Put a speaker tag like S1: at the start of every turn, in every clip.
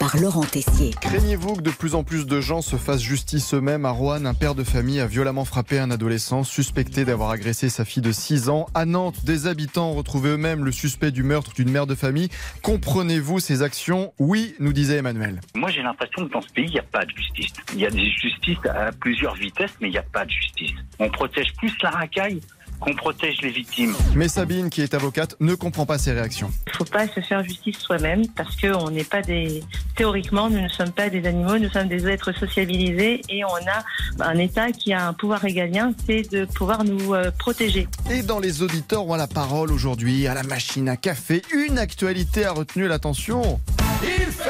S1: par Laurent Tessier.
S2: Craignez-vous que de plus en plus de gens se fassent justice eux-mêmes À Rouen, un père de famille a violemment frappé un adolescent suspecté d'avoir agressé sa fille de 6 ans. À Nantes, des habitants ont retrouvé eux-mêmes le suspect du meurtre d'une mère de famille. Comprenez-vous ces actions Oui, nous disait Emmanuel.
S3: Moi, j'ai l'impression que dans ce pays, il n'y a pas de justice. Il y a des justices à plusieurs vitesses, mais il n'y a pas de justice. On protège plus la racaille qu'on protège les victimes.
S2: Mais Sabine, qui est avocate, ne comprend pas ces réactions.
S4: Il ne faut pas se faire justice soi-même parce que on n'est pas des. Théoriquement, nous ne sommes pas des animaux, nous sommes des êtres sociabilisés et on a un État qui a un pouvoir régalien, c'est de pouvoir nous euh, protéger.
S2: Et dans les auditeurs, on a la parole aujourd'hui à la machine à café. Une actualité a retenu l'attention.
S5: Il fait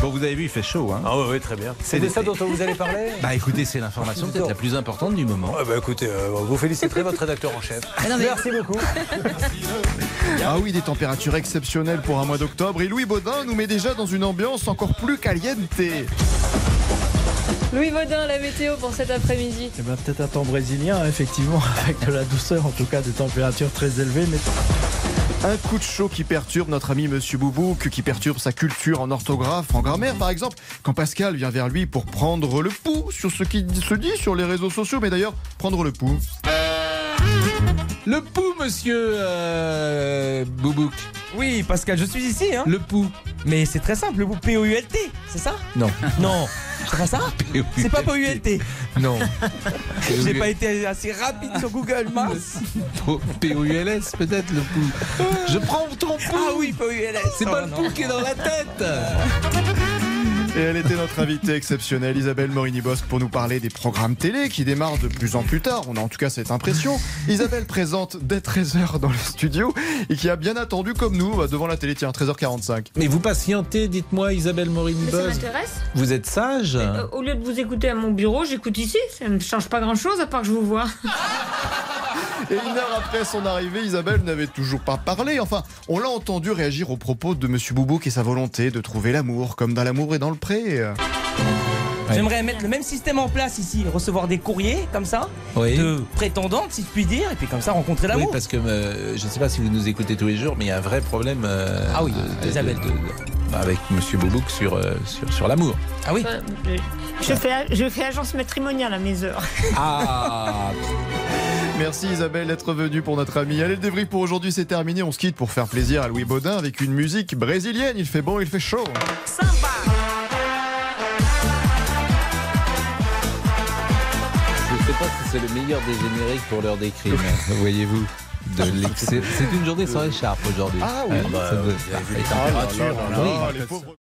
S6: Bon, vous avez vu, il fait chaud. Hein
S5: Ah oui, oui, très bien.
S6: C'est de ça dont vous allez parler Bah écoutez, c'est l'information peut-être la plus importante du moment.
S5: Ah bah écoutez, euh, vous féliciterez votre rédacteur en chef.
S6: Ah non, mais-
S5: Merci beaucoup.
S2: Ah oui, des températures exceptionnelles pour un mois d'octobre. Et Louis Baudin nous met déjà dans une ambiance encore plus caliente.
S7: Louis Baudin, la météo pour cet après-midi.
S8: Eh ben, peut-être un temps brésilien, hein, effectivement, avec de la douceur, en tout cas des températures très élevées. Mais...
S2: Un coup de chaud qui perturbe notre ami Monsieur Boubouk, qui perturbe sa culture en orthographe, en grammaire par exemple, quand Pascal vient vers lui pour prendre le pouls sur ce qui se dit sur les réseaux sociaux, mais d'ailleurs, prendre le pouls.
S6: Le pouls, monsieur euh, Boubouk.
S9: Oui, Pascal, je suis ici, hein.
S6: Le pouls.
S9: Mais c'est très simple, le mot P-O-U-L-T, c'est ça
S6: Non.
S9: Non, c'est pas ça C'est pas P-O-U-L-T.
S6: Non.
S9: J'ai pas été assez rapide sur Google, mince.
S6: P-O-U-L-S peut-être le pouls. Je prends ton pouls.
S9: Ah oui, P-O-U-L-S.
S6: C'est
S9: Oh,
S6: pas le
S9: non.
S6: pouls qui est dans la tête.
S2: Et elle était notre invitée exceptionnelle, Isabelle Morini-Bosque, pour nous parler des programmes télé qui démarrent de plus en plus tard. On a en tout cas cette impression. Isabelle présente dès 13h dans le studio et qui a bien attendu comme nous bah, devant la télé, tiens, 13h45.
S6: Mais vous patientez, dites-moi, Isabelle Morini-Bosque.
S10: m'intéresse.
S6: Vous êtes sage
S10: Euh, au lieu de vous écouter à mon bureau, j'écoute ici. Ça ne change pas grand-chose à part que je vous vois.
S2: Et une heure après son arrivée, Isabelle n'avait toujours pas parlé. Enfin, on l'a entendu réagir aux propos de Monsieur Boubouk et sa volonté de trouver l'amour, comme dans l'amour et dans le pré.
S6: Ouais.
S9: J'aimerais mettre le même système en place ici, recevoir des courriers comme ça,
S6: Oui.
S9: de prétendantes si je puis dire, et puis comme ça rencontrer
S6: Oui,
S9: l'amour.
S6: parce que euh, je ne sais pas si vous nous écoutez tous les jours, mais il y a un vrai problème euh,
S9: Ah oui, Isabelle.
S6: avec Monsieur Boubouk sur, euh, sur, sur l'amour.
S9: Ah oui,
S10: Je fais, je fais agence matrimoniale à mes heures.
S6: Ah
S2: Merci Isabelle d'être venue pour notre ami. Allez, le débrief pour aujourd'hui, c'est terminé. On se quitte pour faire plaisir à Louis Baudin avec une musique brésilienne. Il fait bon, il fait chaud.
S6: Je ne sais pas si c'est le meilleur des génériques pour l'heure des crimes, voyez-vous. de l'excès. C'est une journée sans écharpe aujourd'hui.
S2: Ah oui.
S6: Ouais, ça doit être parfait.
S2: Ah là là là, les pauvres.